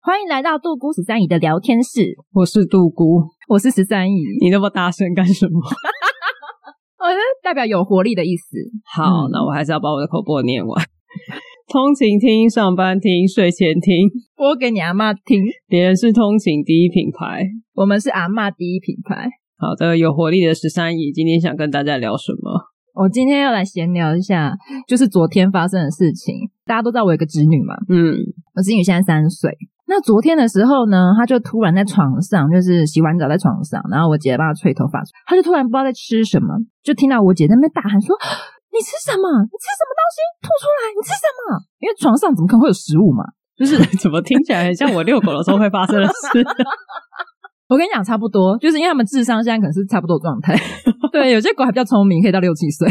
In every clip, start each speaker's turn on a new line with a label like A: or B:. A: 欢迎来到杜姑十三姨的聊天室，
B: 我是杜姑，
A: 我是十三姨，
B: 你那么大声干什么？
A: 我是代表有活力的意思。 嗯
B: 好，那我还是要把我的口播念完。通勤听，上班听，睡前听，
A: 播给你阿妈听，
B: 别人是通勤第一品牌。
A: 我们是阿妈第一品牌。
B: 好的，有活力的十三姨，今天想跟大家聊什么？
A: 我哦今天要来闲聊一下，就是昨天发生的事情。大家都知道我有一个侄女嘛，
B: 嗯，
A: 我侄女现在三岁。那昨天的时候呢，她就突然在床上，就是洗完澡在床上，然后我姐帮她吹头发，她就突然不知道在吃什么，就听到我姐在那边大喊说：“你吃什么？你吃什么东西？吐出来！你吃什么？”因为床上怎么可能会有食物嘛？
B: 就是 怎么听起来很像我遛狗的时候会发生的事？
A: 我跟你讲，差不多，就是因为他们智商现在可能是差不多的状态。 对，有些狗还比较聪明，可以到六七岁，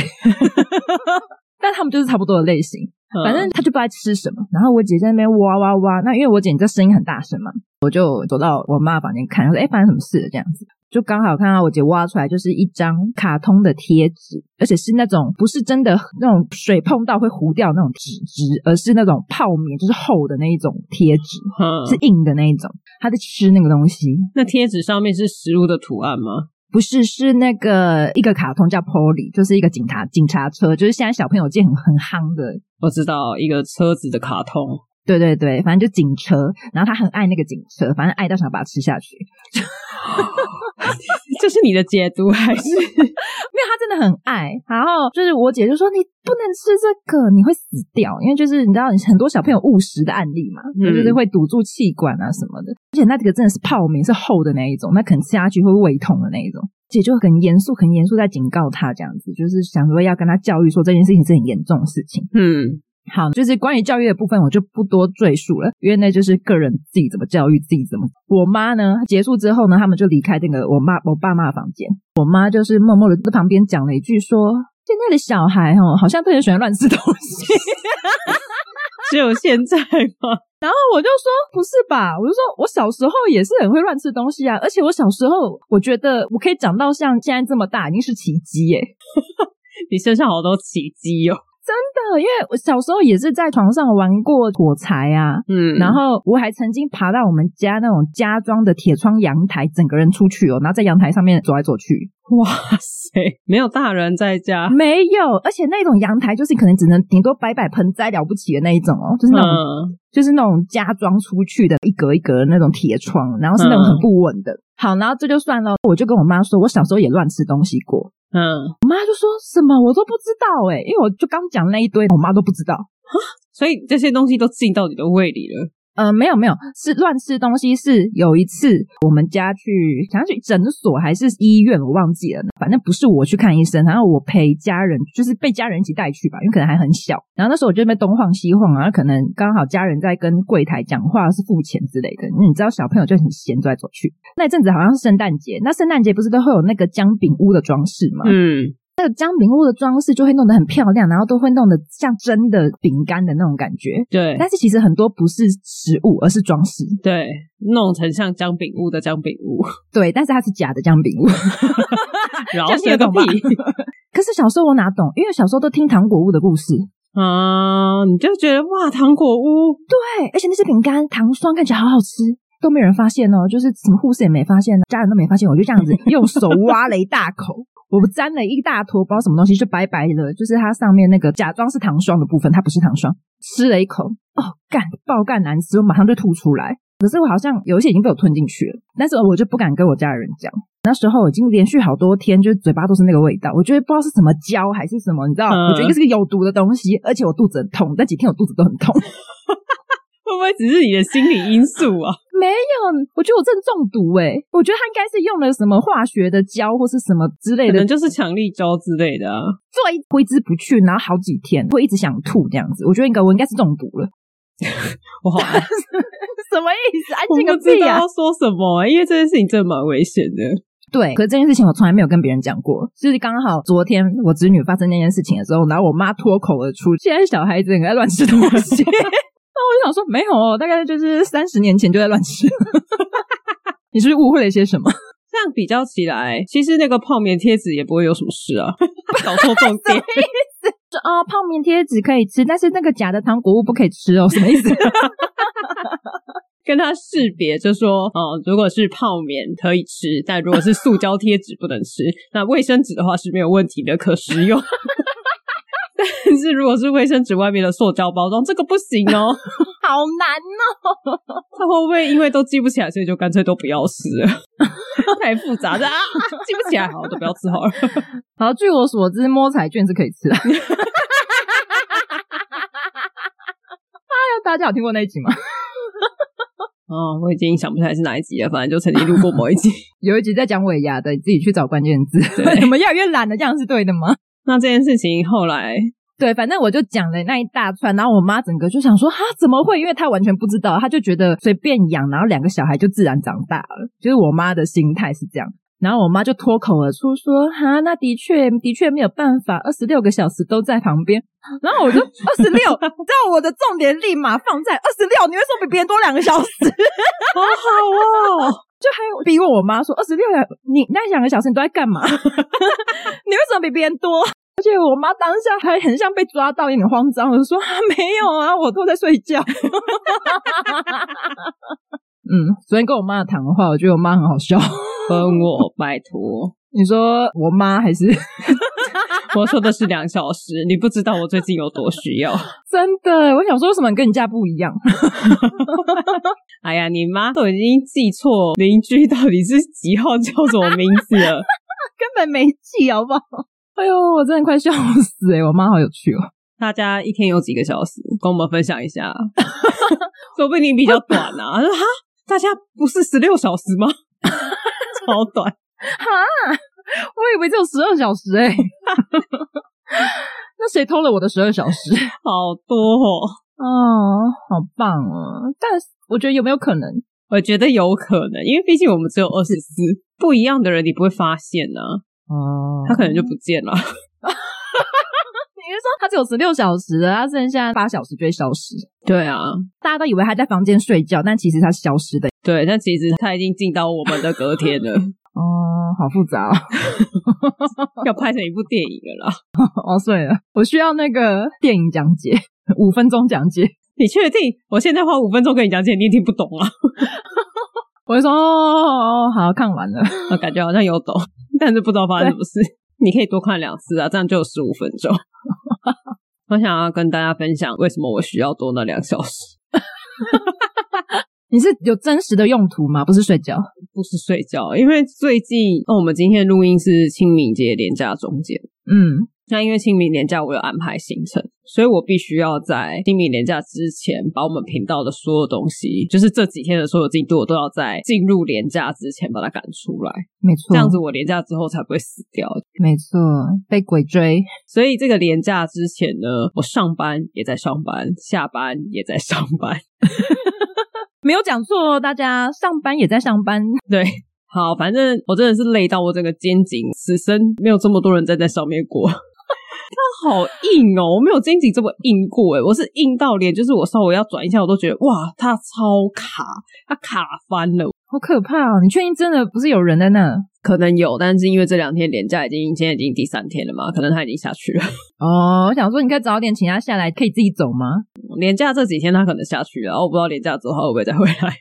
A: 但他们就是差不多的类型。反正他就不爱吃什么，然后我姐在那边哇哇哇，那因为我姐你这声音很大声嘛，我就走到我妈房间看，她说：“哎、发生什么事了？”这样子，就刚好看到我姐挖出来就是一张卡通的贴纸，而且是那种不是真的那种水碰到会糊掉那种纸质，而是那种泡棉，就是厚的那一种贴纸，
B: 嗯
A: 是硬的那一种。她在吃那个东西，
B: 那贴纸上面是食物的图案吗？
A: 不是，是那个一个卡通叫 Polly，就是一个警察警察车，就是现在小朋友界很很夯的，
B: 我知道一个车子的卡通，
A: 对对对，反正就警车，然后他很爱那个警车，反正爱到想把它吃下去，
B: 这是你的解读还是？
A: 没有，他真的很爱。然后就是我姐就说你不能吃这个，你会死掉，因为就是你知道很多小朋友误食的案例嘛，
B: 嗯
A: 就是会堵住气管啊什么的，而且那这个真的是泡棉是厚的那一种，那可能吃下去会胃痛的那一种。姐就很严肃、很严肃在警告他，这样子就是想说要跟他教育说这件事情是很严重的事情。
B: 嗯，
A: 好，就是关于教育的部分，我就不多赘述了，因为那就是个人自己怎么教育自己怎么。我妈呢，结束之后呢，他们就离开那个我妈我爸妈的房间，我妈就是默默的在旁边讲了一句说：“现在的小孩哦，好像特别喜欢乱吃东西。”
B: 只有现在吗？
A: 然后我就说不是吧，我就说我小时候也是很会乱吃东西啊，而且我小时候我觉得我可以长到像现在这么大，已经是奇迹耶。
B: 你身上好多奇迹哦。
A: 真的，因为我小时候也是在床上玩过火柴啊，
B: 嗯
A: 然后我还曾经爬到我们家那种家装的铁窗阳台，整个人出去哦，然后在阳台上面走来走去。
B: 哇塞，没有大人在家，
A: 没有，而且那种阳台就是可能只能顶多摆摆盆栽了不起的那一种哦，就是那种、
B: 嗯，
A: 就是那种家装出去的一格一格的那种铁窗，然后是那种很不稳的。好，然后这就算了，我就跟我妈说，我小时候也乱吃东西过。
B: 嗯，
A: 我妈就说什么我都不知道诶、因为我就刚讲那一堆，我妈都不知道。
B: 所以这些东西都进到你的胃里了。
A: 呃，没有没有，是乱吃东西。是有一次我们家去，想要去诊所还是医院，我忘记了，反正不是我去看医生，然后我陪家人，就是被家人一起带去吧，因为可能还很小。然后那时候我就在那边东晃西晃，然后可能刚好家人在跟柜台讲话，是付钱之类的。嗯你知道小朋友就很闲，走来走去。那一阵子好像是圣诞节，那圣诞节不是都会有那个姜饼屋的装饰吗？
B: 嗯，
A: 那个姜饼屋的装饰就会弄得很漂亮，然后都会弄得像真的饼干的那种感觉。
B: 对
A: 但是其实很多不是食物，而是装饰。
B: 对，弄成像姜饼屋的姜饼 屋，
A: 对，但是它是假的姜饼 屋，这
B: 然后
A: 样听
B: 是
A: 得
B: 个
A: 懂吧
B: 屁？
A: 可是小时候我哪懂？因为小时候都听糖果屋的故事。
B: 啊！你就觉得哇，糖果屋，
A: 对，而且那些饼干糖霜看起来好好吃，都没人发现哦，就是什么护士也没发现，家人都没发现，我就这样子用手挖了一大口。我沾了一大坨，不知道什么东西，就白白的，就是它上面那个假装是糖霜的部分，它不是糖霜。吃了一口，哦，干，爆干难吃，我马上就吐出来。可是我好像有一些已经被我吞进去了，但是我就不敢跟我家人讲。那时候已经连续好多天，就是嘴巴都是那个味道。我觉得不知道是什么胶还是什么，你知道？
B: 嗯
A: 我觉得应该是个有毒的东西，而且我肚子很痛，那几天我肚子都很痛。
B: 会不会只是你的心理因素 啊？
A: 没有，我觉得我正中毒诶、我觉得他应该是用了什么化学的胶或是什么之类的
B: 可能，就是强力胶之类的啊。
A: 做一挥之不去，然后好几天会一直想吐这样子。我觉得应该我应该是中毒了，
B: 我好爱，
A: 什么意思？安
B: 我
A: 静个
B: 不知
A: 屁啊
B: 道
A: 呀、
B: 要说什么、欸因为这件事情真的蛮危险的。
A: 对，可是这件事情我从来没有跟别人讲过，就是刚好昨天我侄女发生那件事情的时候，然后我妈脱口而出，现在小孩子很爱乱吃东西。 那我就想说，没有哦，大概就是三十年前就在乱吃。 你是不是误会了些什么？
B: 这样比较起来，其实那个泡棉贴纸也不会有什么 事啊，搞错重点。
A: 说哦，泡面贴纸可以吃，但是那个假的糖果物不可以吃哦，什么意思？
B: 跟他识别，就说哦，如果是泡棉可以吃，但如果是塑胶贴纸不能 吃。那卫生纸的话是没有问题的，可食用。 但是如果是卫生纸外面的塑胶包装，这个不行 哦。
A: 好难哦。
B: 他会不会因为都记不起来，所以就干脆都不要吃了？ 太复杂的啊，记不起来，好，我都不要吃 好了。
A: 好，据我所知，摸彩券是可以吃的。 哎呀，大家有听过那一集吗？
B: 哦，我已经想不起来是哪一集了，反正就曾经录过某一集。
A: 有一集在讲尾牙的，你自己去找关键字。
B: 对
A: 怎么越来越懒的这样是对的吗？
B: 那这件事情后来
A: 对，反正我就讲了那一大串，然后我妈整个就想说，哈，怎么会？因为她完全不知道，她就觉得随便养，然后两个小孩就自然长大了，就是我妈的心态是这样。然后我妈就脱口而出说：“哈，那的确，的确没有办法，二十六个小时都在旁边。”然后我就二十六，你知 道我的重点立马放在二十六，你为什么比别人多两个小时？
B: 好好哦，
A: 就还逼问我妈说：“二十六，你那两个小时你都在干嘛？你 为什么比别人多？”而且我妈当下还很像被抓到，有点慌张，我就说：“啊，没有啊，我都在睡觉。” 嗯，昨天跟我妈的谈话，我觉得我妈很好笑。
B: 分我，拜托。
A: 你说我妈还是
B: 我说的是两小时，你不知道我最近有多需要。
A: 真的？我想说，为什么你跟你家不一样？
B: 哎呀，你妈都已经记错邻居到底是几号叫什么名字了。
A: 根本没记，好不好？哎呦，我真的快笑死哎、我妈好有趣哦。
B: 大家一天有几个小时？跟我们分享一下， 说不定比较短啊。她说哈，大家不是十六小时吗？ 超短，
A: 我以为只有十二小时哎、 那谁偷了我的十二小时？
B: 好多哦。
A: 哦，好棒哦！但是我觉得有没有可能？
B: 我觉得有可能，因为毕竟我们只有二十四，不一样的人你不会发现呢、
A: 哦
B: 他可能就不见了。
A: 你是说他只有十六小时了，他剩下八小时就会消失？
B: 对啊，
A: 大家都以为他在房间睡觉，但其实他消失的。
B: 对，但其实他已经进到我们的隔天了，
A: 哦，好复杂
B: 要拍成一部电影了啦。
A: 哦！哦，睡了，我需要那个电影讲解， 五分钟讲解。
B: 你确定？我现在花五分钟跟你讲解，你也听不懂 啊？
A: 我就说哦，好看完了。
B: 我感觉好像有懂，但是不知道发生什么事。你可以多看两次啊，这样就有十五分钟。 我想要跟大家分享为什么我需要多那两小时，
A: 你是有真实的用途吗？不是睡觉
B: 不是睡觉，因为最近、哦、我们今天录音是清明节连假中间，
A: 嗯，
B: 那因为清明年假我有安排行程，所以我必须要在清明年假之前把我们频道的所有东西，就是这几天的所有进度，我都要在进入年假之前把它赶出来，
A: 没错，
B: 这样子我年假之后才不会死掉。
A: 没错，被鬼追，
B: 所以这个年假之前呢，我上班也在上班，下班也在上班。
A: 没有讲错哦，大家上班也在上班，
B: 对，好，反正我真的是累到我整个肩颈，此生没有这么多人站在上面过。 它好硬哦，我没有肩颈这么硬过欸诶，我是硬到连就是我稍微要转一下，我都觉得哇，它超卡，它卡翻了。
A: 好可怕哦！你确定真的不是有人在那？
B: 可能有，但是因为这两天连假已经现在已经第三天了嘛，可能它已经下去了。
A: 哦，我想说，你可以早点请他下来，可以自己走吗？
B: 连假这几天它可能下去了，然后我不知道连假之后它会不会再回来。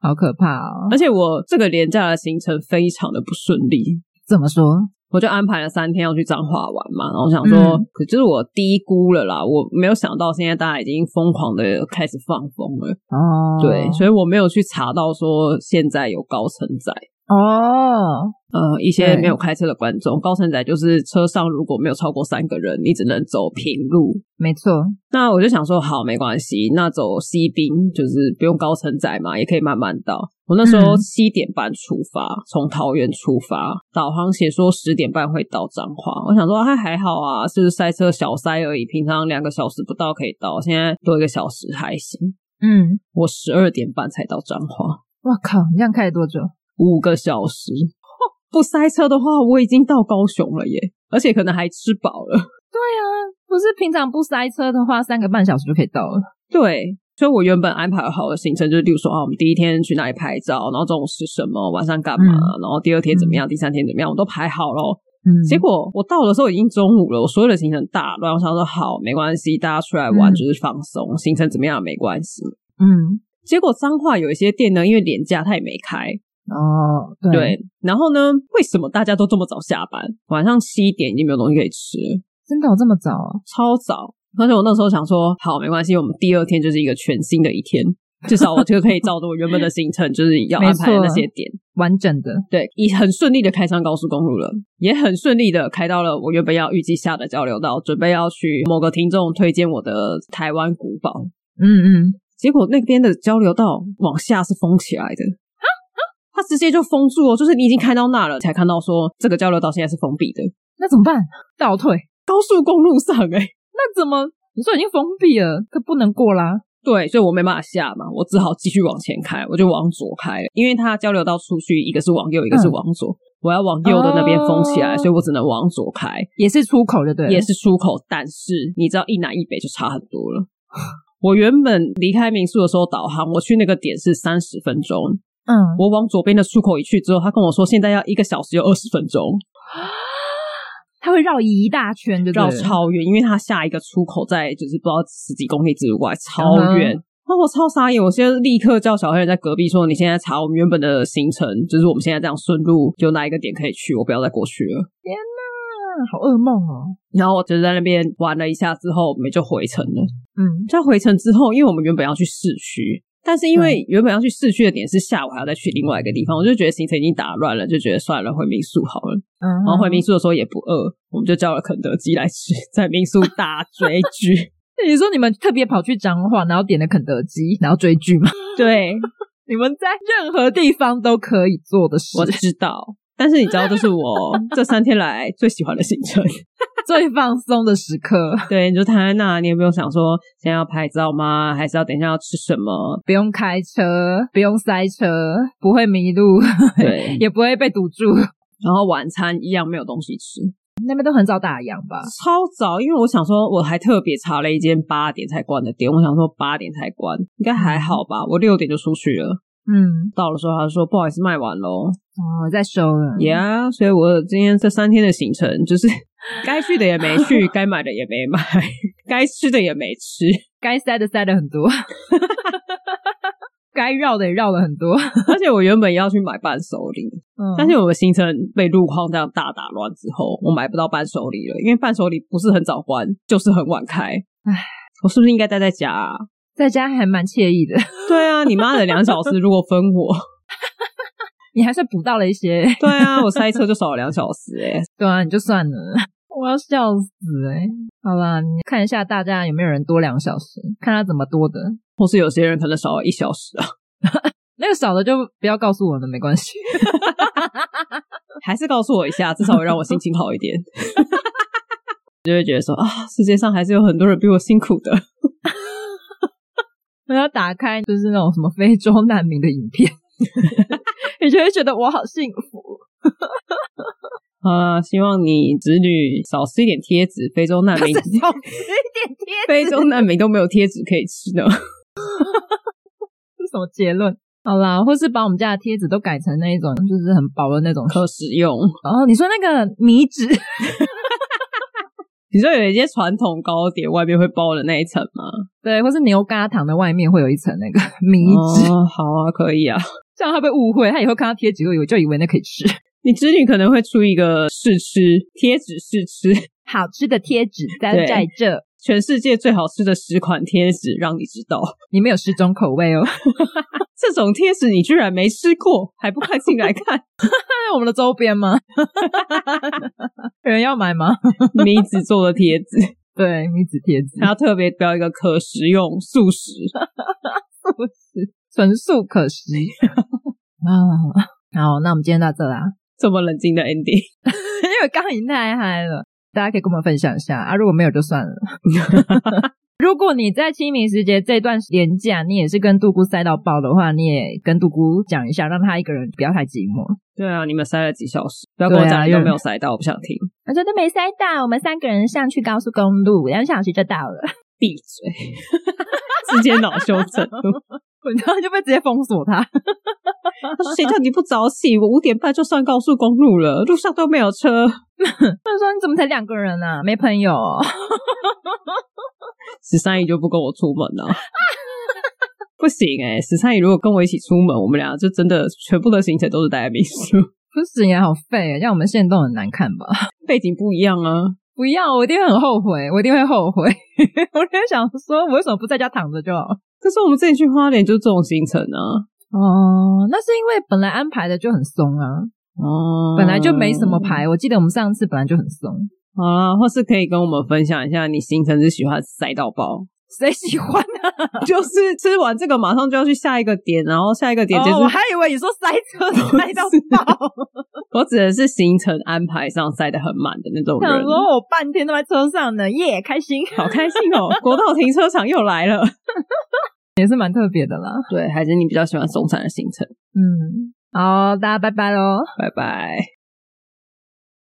A: 好可怕哦！
B: 而且我这个连假的行程非常的不顺利，
A: 怎么说？
B: 我就安排了三天要去彰化玩嘛，然后想说，
A: 嗯
B: 可就是我低估了啦，我没有想到现在大家已经疯狂的开始放风了，
A: 哦，
B: 对，所以我没有去查到说现在有高层在，
A: 哦，
B: 呃，一些
A: 对
B: 没有开车的观众，高乘载就是车上如果没有超过三个人，你只能走平路。
A: 没错，
B: 那我就想说，好，没关系，那走西滨就是不用高乘载嘛，也可以慢慢到。我那时候
A: 嗯
B: 七点半出发，从桃园出发，导航写说十点半会到彰化。我想说，还还好啊，就是塞车小塞而已，平常两个小时不到可以到，现在多一个小时还行。
A: 嗯，
B: 我十二点半才到彰化，
A: 我靠，你这样开了多久？
B: 五个小时， 不塞车的话，我已经到高雄了耶，而且可能还吃饱了。
A: 对啊，不是平常不塞车的话，三个半小时就可以到了。
B: 对，所以我原本安排好的行程就是，例如说啊，我们第一天去哪里拍照，然后中午吃什么，晚上干嘛，
A: 嗯
B: 然后第二天怎么样，第三天怎么样，我都排好了。
A: 嗯，
B: 结果我到的时候已经中午了，我所有的行程大乱，我想说好没关系，大家出来玩
A: 嗯
B: 就是放松，行程怎么样没关系。
A: 嗯，
B: 结果彰化有一些店呢，因为廉价它也没开，
A: 哦，对，
B: 对。然后呢，为什么大家都这么早下班？晚上七点已经没有东西可以吃了，
A: 真的有这么早啊？
B: 超早。而且我那时候想说，好，没关系，我们第二天就是一个全新的一天，至少我就可以照着我原本的行程，就是要安排的那些点，
A: 完整的，
B: 对，已很顺利的开上高速公路了，也很顺利的开到了我原本要预计下的交流道，准备要去某个听众推荐我的台湾古堡。
A: 嗯嗯，
B: 结果那边的交流道往下是封起来的，它直接就封住哦，就是你已经开到那了，才看到说这个交流道现在是封闭的，
A: 那怎么办？倒退？
B: 高速公路上哎、
A: 那怎么？你说已经封闭了，可不能过啦。
B: 对，所以我没办法下嘛，我只好继续往前开，我就往左开了，因为它交流道出去一个是往右，一个是往左，我要往右的那边封起
A: 嗯
B: 来，
A: 哦
B: 所以我只能往左开，
A: 也是出口就对了，
B: 也是出口，但是你知道一南一北就差很多了。我原本离开民宿的时候导航，我去那个点是三十分钟，
A: 嗯，
B: 我往左边的出口一去之后，他跟我说现在要一个小时有二十分钟，
A: 它会绕一大圈就对
B: 绕
A: 了
B: 超远，因为它下一个出口在就是不知道十几公里之外，
A: 嗯
B: 超远。那、我超傻眼，我现在立刻叫小黑人在隔壁说：“你现在查我们原本的行程，就是我们现在这样顺路有哪一个点可以去，我不要再过去了。
A: 啊，好噩梦哦。”
B: 然后我就在那边玩了一下之后，我们就回程了。
A: 嗯
B: 在回程之后，因为我们原本要去市区，但是因
A: 嗯
B: 为原本要去市区的点是下午还要再去另外一个地方，我就觉得行程已经打乱了，就觉得算了，回民宿好了。
A: 嗯，
B: 然后回民宿的时候也不饿，我们就叫了肯德基来吃，在民宿大 追剧。
A: 你说你们特别跑去彰化，然后点了肯德基，然后追剧吗？
B: 对，
A: 你们在任何地方都可以做的事
B: 我，知道。但是你知道，这是我这三天来最喜欢的行程。
A: 最放松的时刻，
B: 对，你就躺在那，你也不用想说现在要拍照吗？还是要等一下要吃什么？
A: 不用开车，不用塞车，不会迷路，
B: 对
A: 也不会被堵住。
B: 然后晚餐一样没有东西吃，
A: 那边都很早打烊吧？
B: 超早。因为我想说，我还特别查了一间八点才关的店，我想说八点才关，应该还好吧。我六点就出去了，
A: 嗯，
B: 到的时候他就说不好意思卖完喽。
A: 哦，在收了。
B: 呀、所以我今天这三天的行程就是 该去的也没去，该买的也没买，该吃的也没吃。
A: 该塞的塞了很多， 该绕的也绕了很多。
B: 而且我原本要去买伴手礼，
A: 嗯
B: 但是我们行程被路况这样大打乱之后，我买不到伴手礼了，因为伴手礼不是很早关，就是很晚开。唉，我是不是应该待在家、啊？
A: 在家还蛮惬意的，
B: 对啊，你妈的两小时如果分我，
A: 你还是补到了一些。
B: 对啊，我塞车就少了两小时哎、
A: 对啊，你就算了， 我要笑死哎、好啦，你看一下大家有没有人多两小时，看他怎么多的。
B: 或是有些人可能少了一小时啊，
A: 那个少的就不要告诉我了，没关系。
B: 还是告诉我一下，至少会让我心情好一点。 就会觉得说啊，世界上还是有很多人比我辛苦的。
A: 我要打开就是那种什么非洲难民的影片， 你就会觉得我好幸福。
B: 啊，希望你子女少吃一点贴纸，非洲难民
A: 少吃一点贴，
B: 非洲难民都没有贴纸可以吃呢。
A: 这是什么结论？好啦，或是把我们家的贴纸都改成那一种，就是很薄的那种。
B: 可使用。
A: 哦，你说那个米纸，
B: 你知道有一些传统糕点外面会包的那一层吗？
A: 对，或是牛轧糖的外面会有一层那个米纸，
B: 哦，好啊，可以啊。这样
A: 他会
B: 会
A: 被误会，他以后看到贴纸会以为就以为那可以吃。
B: 你子女可能会出一个试吃贴纸试吃，
A: 好吃的贴纸在
B: 对
A: 在这，
B: 全世界最好吃的十款贴纸让你知道。
A: 你们有十种口味哦，
B: 这种贴纸你居然没吃过，还不快进来 看？
A: 那我们的周边吗？ 有人要买 吗？
B: 米子做的贴纸，
A: 对，米子贴纸，
B: 它要特别标一个可食用素食。
A: 不是纯素可食 啊。好，那我们今天到这啦，
B: 这么冷静的 Andy，
A: 因为刚刚已经太嗨了，大家可以跟我们分享一下啊。如果没有就算了。 如果你在清明时节这段年假，你也是跟杜姑塞到爆的话，你也跟杜姑讲一下，让她一个人不要太寂寞。
B: 对啊，你们塞了几小时？不要跟我
A: 对啊
B: 讲你
A: 因
B: 都
A: 为
B: 没有塞到，我不想听。
A: 我说都没塞到，我们三个人上去高速公路，两小时就到了。
B: 闭嘴，直接恼羞成怒。
A: 你知道就被直接封锁他，
B: 谁叫你不早起？我五点半就上高速公路了，路上都没有车，
A: 他说你怎么才两个人啊，没朋友哦、
B: 十三姨就不跟我出门了。 不行哎、十三姨如果跟我一起出门，我们俩就真的全部的行程都是待在民宿，
A: 不行，好废，啊让我们现在都很难看吧。
B: 背景不一样啊。
A: 不要，我一定会很后悔，我一定会后悔。 我就想说，我为什么不在家躺着就好？
B: 可是我们之前去花莲就这种行程啊，
A: 哦，那是因为本来安排的就很松啊，
B: 哦
A: 本来就没什么。排。我记得我们上次本来就很松，
B: 好啦，啊或是可以跟我们分享一下你行程是喜欢塞到爆，
A: 谁喜欢啊？
B: 就是吃完这个马上就要去下一个点，然后下一个点结束
A: 哦，我还以为你说塞车塞到爆，
B: 我指的是行程安排上塞得很满的那种
A: 想
B: 人，
A: 说我半天都在车上呢，耶，开心，
B: 好开心哦！国道停车场又来 了。
A: 也是蛮特别的啦。
B: 对，还是你比较喜欢松散的行程。
A: 嗯，好，大家拜拜喽。
B: 拜拜。